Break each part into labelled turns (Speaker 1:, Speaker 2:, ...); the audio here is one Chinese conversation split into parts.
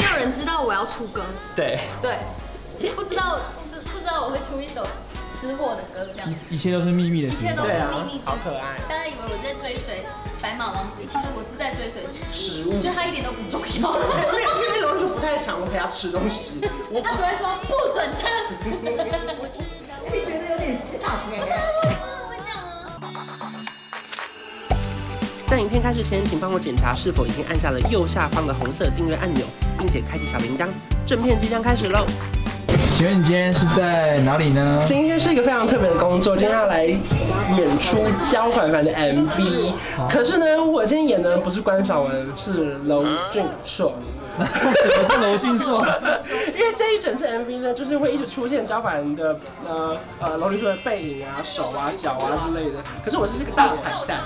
Speaker 1: 有人知道我要出歌，
Speaker 2: 对，
Speaker 1: 对，不知道不不知道我会出一首吃货的歌，这样
Speaker 3: 一一切都是秘密的
Speaker 1: 一
Speaker 3: 事情
Speaker 1: 切。都是
Speaker 2: 对啊
Speaker 1: 秘密之
Speaker 2: 好可爱
Speaker 1: 大家以为我在追随白马王子，其实我是在追随
Speaker 2: 食物
Speaker 1: 就他一点都不重要。
Speaker 2: 因为因为有时候不太想我陪他吃东西， 我
Speaker 1: 他只会说不准 吃。
Speaker 4: 你觉得有点像哎、
Speaker 1: 啊
Speaker 2: 在影片开始前，请帮我检查是否已经按下了右下方的红色订阅按钮，并且开启小铃铛。正片即将开始喽！
Speaker 3: 请问你今天是在哪里呢？
Speaker 2: 今天是一个非常特别的工作，今天要来演出焦凡凡的 MV。可是呢，我今天演的不是关晓雯，是娄俊 硕。
Speaker 3: 我是娄俊硕。
Speaker 2: 因为这一整支 MV 呢，就是会一直出现焦凡的呃呃娄俊硕的背影啊、手啊、脚啊之类的。可是我这是个大彩蛋，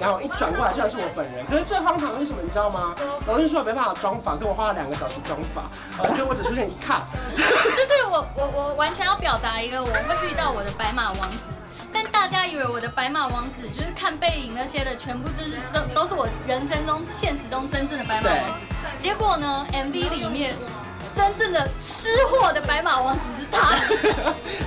Speaker 2: 然后一转过来居然是我本人。可是最荒唐的是什么，你知道吗？娄俊硕没办法装法，跟我花了两个小时装法，呃，就我只出现一卡。
Speaker 1: 就是我我我完全要表达一个我会遇到我的白马王子，但大家以为我的白马王子就是看背影那些的，全部就是真都是我人生中现实中真正的白马王子。结果呢，MV 里面真正的吃货的白马王子是 他，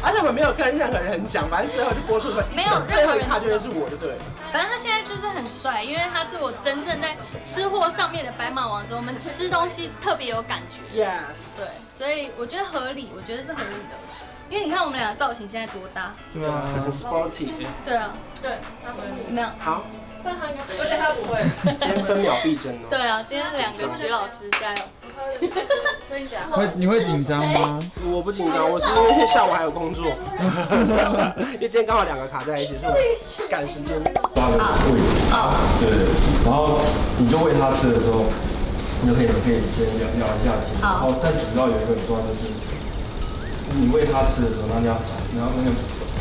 Speaker 2: 而且我啊没有跟任何人讲，反正最后就播出的时候，
Speaker 1: 没有
Speaker 2: 最
Speaker 1: 任
Speaker 2: 后
Speaker 1: 何
Speaker 2: 一
Speaker 1: 人
Speaker 2: 卡就会是我的，对了。
Speaker 1: 反正他现在就是很帅，因为他是我真正在吃货上面的白马王子，我们吃东西特别有感觉。
Speaker 2: Yes，
Speaker 1: 对，所以我觉得合理，我觉得是合理的，因为你看我们俩的造型现在多搭。
Speaker 3: 对啊，
Speaker 2: 很 sporty。
Speaker 1: 对啊，
Speaker 4: 对，他不会，
Speaker 1: 有没有？
Speaker 2: 好，
Speaker 4: 不然他应该，而且他不会，
Speaker 2: 今天分秒必争哦。
Speaker 1: 对啊，今天两个徐老师加油。
Speaker 4: 他会有点跟你讲，
Speaker 3: 会你会紧张吗？
Speaker 2: 我不紧张，我是因为下午还有工 作，因为今天刚好两个卡在一起，所以我赶时间。
Speaker 5: 他的位置，对对，然后你就喂他吃的时候，你就可以可以先聊聊一下天，然
Speaker 1: 好
Speaker 5: 后但主要有一个很重要就是，你喂他吃的时候，那你要你要那个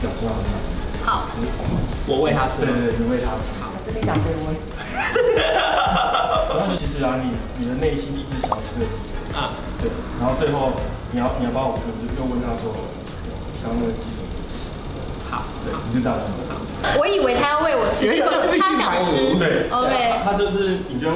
Speaker 5: 表情要很好，
Speaker 1: 好，
Speaker 2: 我喂他吃
Speaker 5: 对对对，你喂他吃，
Speaker 4: 真的想被问。
Speaker 5: 然后其实啊，你你的内心一直想吃的，
Speaker 2: 啊，
Speaker 5: 对，然后最后你要你要帮我，你就又问他说，想要那个鸡腿，
Speaker 2: 好，
Speaker 5: 对，你就这样子，
Speaker 1: 我以为他要喂我吃，结果是他想吃。
Speaker 5: 对
Speaker 1: OK，哦
Speaker 5: 他就是你就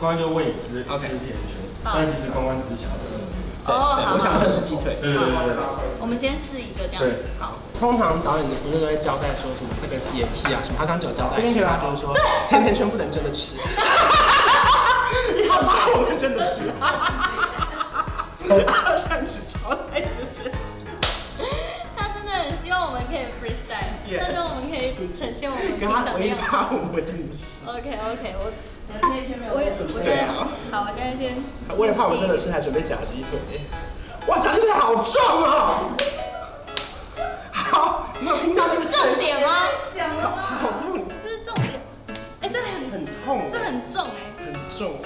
Speaker 5: 关关就喂你吃，他吃一点全，
Speaker 1: 好
Speaker 5: 但其实关关只是想吃。
Speaker 1: 哦，好
Speaker 2: 我想吃
Speaker 1: 好，
Speaker 2: 的是鸡腿。
Speaker 5: 对对对对对。
Speaker 1: 我们先试一个这样子。好，
Speaker 2: 通常导演的不是都会交代说什么这个演戏啊什么，他刚刚就有交代。
Speaker 5: 这边给他就是说，
Speaker 2: 甜甜圈不能真的吃。你好怕我们真的吃？让你交代这件事。
Speaker 1: 他真的很希望我们可以 freestyle，
Speaker 2: Yes
Speaker 1: 他希望我们可以呈现我们
Speaker 2: 跟
Speaker 1: 平
Speaker 2: 他
Speaker 1: 常的
Speaker 2: 回
Speaker 1: 样子。
Speaker 2: 答我们真的吃，
Speaker 1: OK OK，我我我现在好，我现在先。
Speaker 2: 啊我也怕我真的吃，还准备假鸡腿。哇，假鸡腿好重哦！好，你有听到这个声
Speaker 1: 重
Speaker 2: 音？
Speaker 1: 点吗？
Speaker 2: 好痛，
Speaker 1: 这是重点。哎，这
Speaker 2: 很
Speaker 1: 很
Speaker 2: 痛，
Speaker 1: 这很重哎，
Speaker 2: 很重。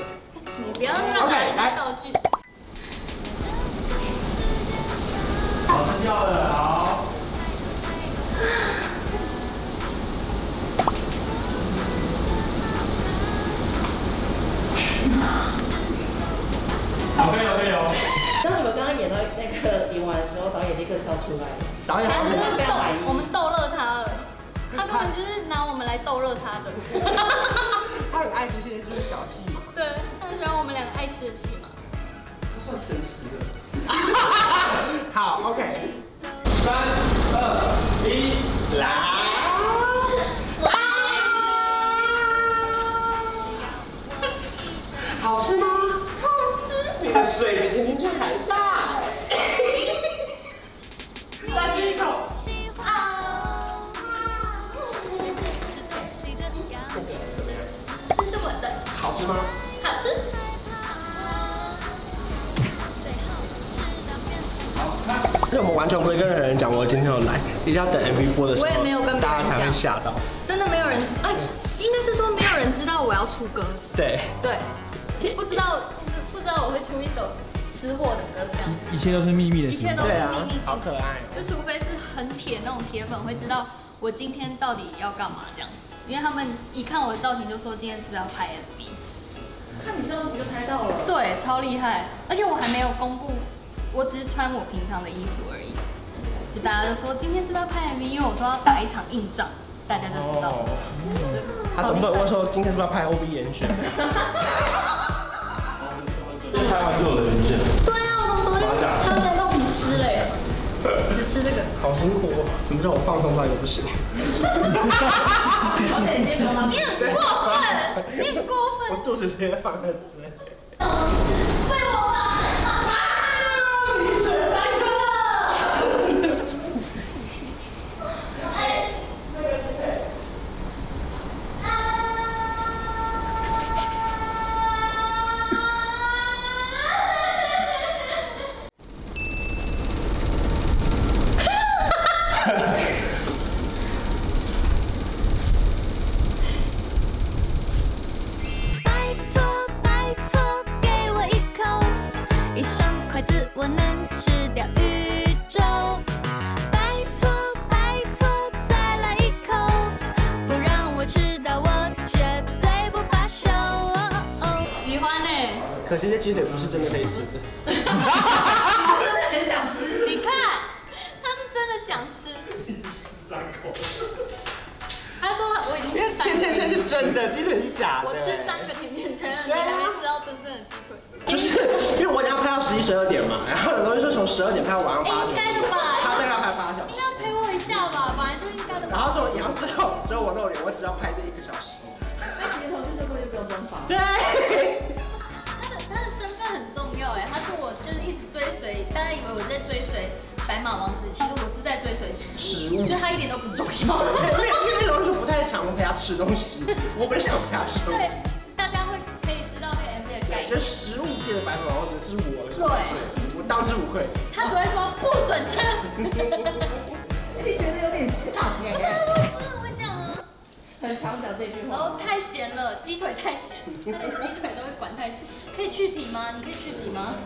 Speaker 1: 你不要让他拿道具。
Speaker 5: 好吃掉了，好。好，可以了，可以了。
Speaker 4: 当你们刚刚演到那个演完的时候，导演立刻笑出来。
Speaker 2: 导演
Speaker 1: 他
Speaker 2: 好
Speaker 1: 只
Speaker 2: 冷
Speaker 1: 是逗我们逗乐他了，他根本就是拿我们来逗乐他 的。
Speaker 2: 他很爱这些就是小戏嘛。
Speaker 1: 对，他很喜欢我们两个爱吃的戏嘛。
Speaker 5: 算诚实的。
Speaker 2: 好，OK，
Speaker 5: 三二一，
Speaker 2: 来。 好吃吗？你的嘴比甜甜圈还大。再吃一口。
Speaker 1: 这是我的，
Speaker 2: 好吃吗？
Speaker 1: 好吃。
Speaker 2: 因为我们完全不会跟任何人讲我今天有来，一定要等 MV 播的时候，
Speaker 1: 我也没有跟别人
Speaker 2: 大家才会
Speaker 1: 讲
Speaker 2: 吓到。
Speaker 1: 真的没有人，哎，应该是说没有人知道我要出歌，
Speaker 2: 对，
Speaker 1: 对，不知道不知道我会出一首吃货的歌这样。
Speaker 3: 一切都是秘密的
Speaker 1: 一
Speaker 3: 事
Speaker 1: 切
Speaker 3: 情
Speaker 1: 都。是秘密基
Speaker 2: 好可爱哦
Speaker 1: 就除非是很铁那种铁粉会知道我今天到底要干嘛这样子，因为他们一看我的造型就说今天是不是要拍 MV，
Speaker 4: 看你这样子就猜到了。
Speaker 1: 对，超厉害，而且我还没有公布，我只是穿我平常的衣服而已，就大家就说今天是不是要拍 MV，因为我说要打一场硬仗，大家就知道
Speaker 4: 哦
Speaker 1: 了。
Speaker 2: 他总不能问说今天是不是要拍 OB 严选？
Speaker 5: 拍完就有人选。
Speaker 1: 啊
Speaker 2: 好辛苦哦，你们让我放松到一个不行。
Speaker 4: 已经没有
Speaker 1: 你很过分，你很过分
Speaker 2: 我。肚子直接放在这里。
Speaker 1: 为我吧！啊！雨水三个。哎，那个谁？啊！
Speaker 6: 拜托拜托，给我一口，一双筷子我能吃掉宇宙。拜托拜托，再来一口，不让我吃到我绝对不罢手。哦哦
Speaker 1: 喜欢呢、
Speaker 2: 可惜这鸡腿不是真的可以吃的。
Speaker 1: 你看，他是真的想吃。他说他我已经
Speaker 2: 因为
Speaker 1: 吃三
Speaker 2: 甜甜圈
Speaker 1: 个，
Speaker 2: 是真的，鸡腿是假的。
Speaker 1: 我吃三个甜甜圈了，你还没吃到真正的鸡腿。
Speaker 2: 就是因为我等一下拍到十一十二点嘛，然后很多人说从十二点拍到晚上
Speaker 1: 哎、
Speaker 2: 八九
Speaker 1: 应
Speaker 2: 点，
Speaker 1: 该的吧？
Speaker 2: 他大概要拍八小
Speaker 1: 应
Speaker 2: 时。
Speaker 1: 该陪我一下吧，本来就应该的
Speaker 2: 然后
Speaker 1: 吧。
Speaker 2: 说，然后最后只有我露脸，我只要拍这一个小时。
Speaker 4: 那其实同事就根本就不用装法。
Speaker 2: 对，
Speaker 1: 他的他的身份很重要哎，他是我就是一直追随，大家以为我在追随白马王子，其实我是在追随食
Speaker 2: 食物
Speaker 1: 就 他一点都不重要。
Speaker 2: 因为因为龙叔不太想陪他吃东西，我本来想陪他吃东
Speaker 1: 对
Speaker 2: 西。，
Speaker 1: 大家会可以知道那个 MV 的概念
Speaker 2: 对，就。食物界的白马王子是我，是我最，我当之无愧。
Speaker 1: 他只会说不准吃。
Speaker 4: 你觉得有点像
Speaker 1: 不是，
Speaker 4: 耶，
Speaker 1: 他会真的会这样啊。
Speaker 4: 很常讲这句
Speaker 1: 然后
Speaker 4: 话。
Speaker 1: 太咸了，鸡腿太咸，他连鸡腿都会管太咸。可以去皮吗？你可以去皮吗？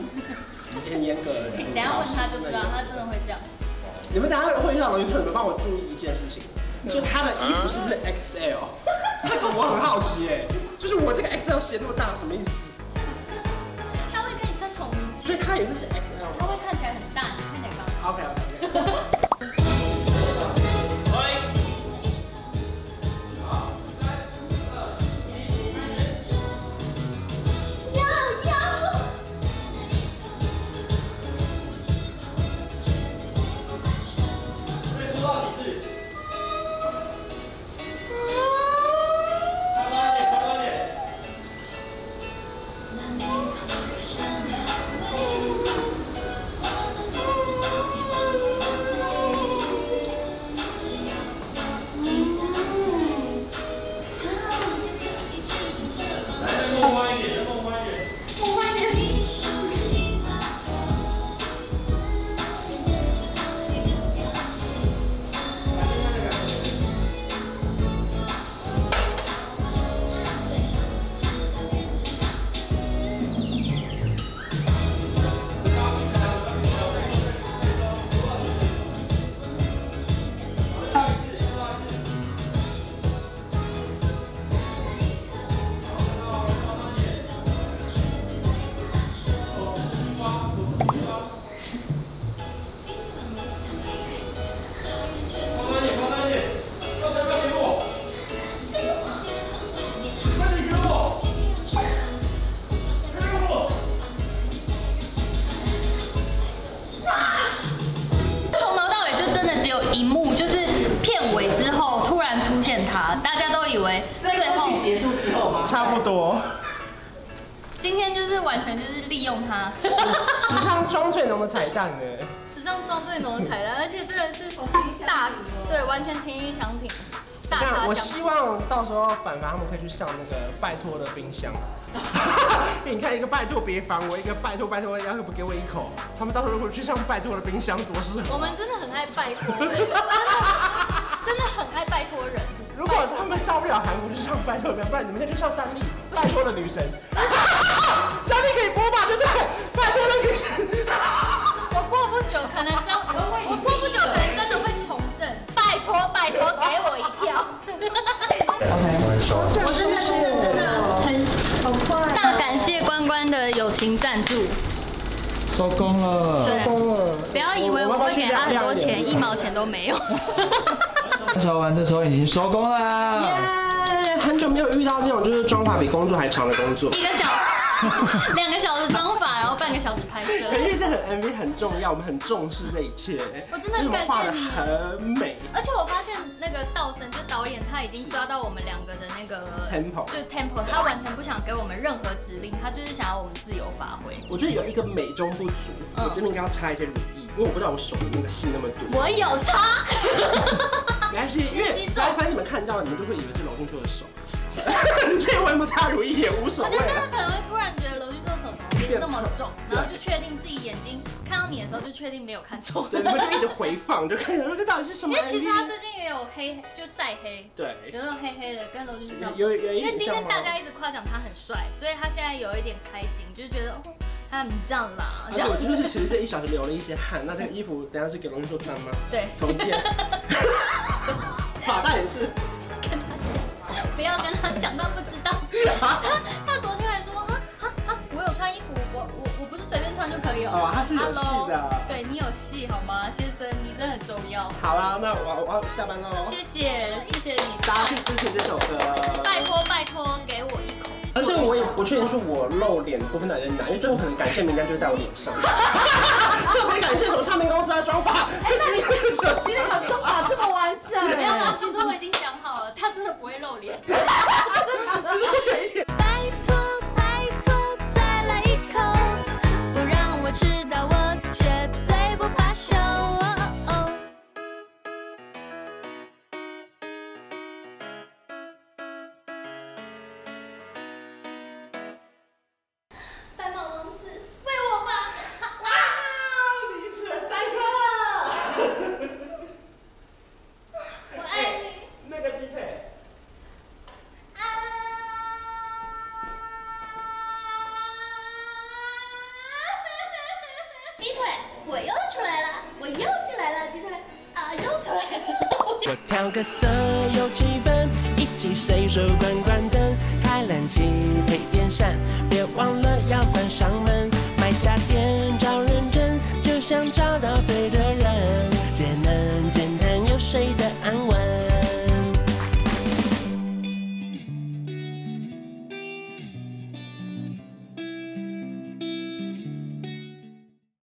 Speaker 2: 很严格的人。
Speaker 1: 等一下问他就知道，他真的会这样。
Speaker 2: 你们等下会遇到龙叔，你们帮我注意一件事情，
Speaker 1: 嗯
Speaker 2: 就他的衣服是不是 XL？这个我很好奇哎，就是我这个 XL 鞋那么大，什么意思？
Speaker 1: 他会跟你穿同名
Speaker 2: 所以
Speaker 1: 字，
Speaker 2: 他也会是 XL
Speaker 1: 他
Speaker 2: 吗
Speaker 1: 会看起来很大，你看起来刚好。
Speaker 2: ？OK OK OK。
Speaker 6: 摇摇。
Speaker 1: 从头到尾就真的只有一幕，就是片尾之后突然出现他，大家都以为
Speaker 4: 所以
Speaker 1: 最后
Speaker 4: 歌曲结束之后吗？
Speaker 2: 差不多。
Speaker 1: 今天就是完全就是利用 他，
Speaker 2: 时尚妆最浓的彩蛋呢？
Speaker 1: 时尚妆最浓的彩蛋，而且真的是大对，完全情意相挺，大
Speaker 2: 那
Speaker 1: 大
Speaker 2: 我
Speaker 1: 相
Speaker 2: 希望到时候反凡他们可以去上那个拜托的冰箱， 因为你看一个拜托别烦我，一个拜托拜托要是不给我一口，他们到时候如果去上拜托的冰箱多适合。
Speaker 1: 我们真的很爱拜托、 欸，真的真的很爱拜托人。
Speaker 2: 如果他们到不了韩国去上拜托的，不然你们可以去上三立拜托的女神，三立可以播吧，对不对？拜托的女神，
Speaker 1: 我过不久可能真，我过不久可能真的会从政。拜托拜托，给我一票！我真的真的真的很
Speaker 7: 好快
Speaker 1: 大感谢关关的友情赞助，
Speaker 3: 收工了。
Speaker 1: 对，不要以为我会给他很多钱，一毛钱都没 有。
Speaker 3: 收完这时候已经收工啦。
Speaker 2: 耶！哎很久没有遇到这种就是妆法比工作还长的工作。
Speaker 1: 一个小时，两个小时妆法，然后半个小时拍摄
Speaker 2: 可。是因为这很 MV 很重要，我们很重视这一切。
Speaker 1: 我真的
Speaker 2: 就是
Speaker 1: 很
Speaker 2: 我们
Speaker 1: 感
Speaker 2: 画
Speaker 1: 谢
Speaker 2: 的
Speaker 1: 你
Speaker 2: 很美，
Speaker 1: 而且我发现那个道森就导演他已经抓到我们两个的那个
Speaker 2: Tempo
Speaker 1: 就是 tempo，他完全不想给我们任何指令，他就是想要我们自由发挥。
Speaker 2: 我觉得有一个美中不足，
Speaker 1: 嗯
Speaker 2: 我这边刚刚插一些乳液，因为我不知道我手里那个戏那么多。
Speaker 1: 我有差，
Speaker 2: 没关系，因为
Speaker 1: 心机重
Speaker 2: 反正你们看到，你们就会以为是娄俊硕的手， 所以我也不擦乳液也无所
Speaker 1: 我
Speaker 2: 谓
Speaker 1: 觉得他可
Speaker 2: 了。
Speaker 1: 能会突然觉得楼俊这手怎么变这么重，然后就确定自己眼睛看到你的时候就确定没有看错。
Speaker 2: 对，你们就一直回放，就看这到底是什
Speaker 1: 因
Speaker 2: 么
Speaker 1: 为其实他
Speaker 2: MV。
Speaker 1: 最近也有黑，就晒黑，
Speaker 2: 对，
Speaker 1: 有那种黑黑的，跟楼俊这样。
Speaker 2: 有有有一
Speaker 1: 因为
Speaker 2: 点
Speaker 1: 今
Speaker 2: 像
Speaker 1: 天
Speaker 2: 吗
Speaker 1: 大家一直夸奖他很帅，所以他现在有一点开心，就是觉得哦，他很这样啦，
Speaker 2: 而
Speaker 1: 这
Speaker 2: 且
Speaker 1: 样
Speaker 2: 哦啊我就是其实这一小时流了一些汗，那这个衣服等一下是给龙硕穿 吗？
Speaker 1: 对。
Speaker 2: 同一件，发带也是。
Speaker 1: 不要跟他讲，他不知道。 他他昨天还说啊啊啊，我有穿衣服，我我我不是随便穿就可以哦。
Speaker 2: 哦他是有戏的
Speaker 1: Hello，对你有戏好吗，先生？你真的很重要。
Speaker 2: 好啦，那我我要下班哦喽，
Speaker 1: 谢谢谢谢你，
Speaker 2: 大家去支持这首歌。
Speaker 1: 拜托拜托给我一口。
Speaker 2: 而且我也不确定是我露脸的部分哪人拿，因为最后可能感谢名单就在我脸 上。特别感谢什么唱片公司啊、妆发，
Speaker 4: 哎 其实很多啊，这么完整。
Speaker 1: 没有啦，其实我已经想好了，他真的不会露脸。
Speaker 6: 拜托拜托，再来一口，不让我吃到，我绝对不罢哦休。
Speaker 1: 白马王子，喂我吧！
Speaker 2: 啊你吃了三颗了。
Speaker 1: 我爱你。
Speaker 2: 那个鸡腿。
Speaker 1: 啊！
Speaker 6: 鸡腿，我又出来了，我又进来了，鸡腿啊，又出来了。
Speaker 7: 我调个色有气氛，一起随手关关灯，开冷气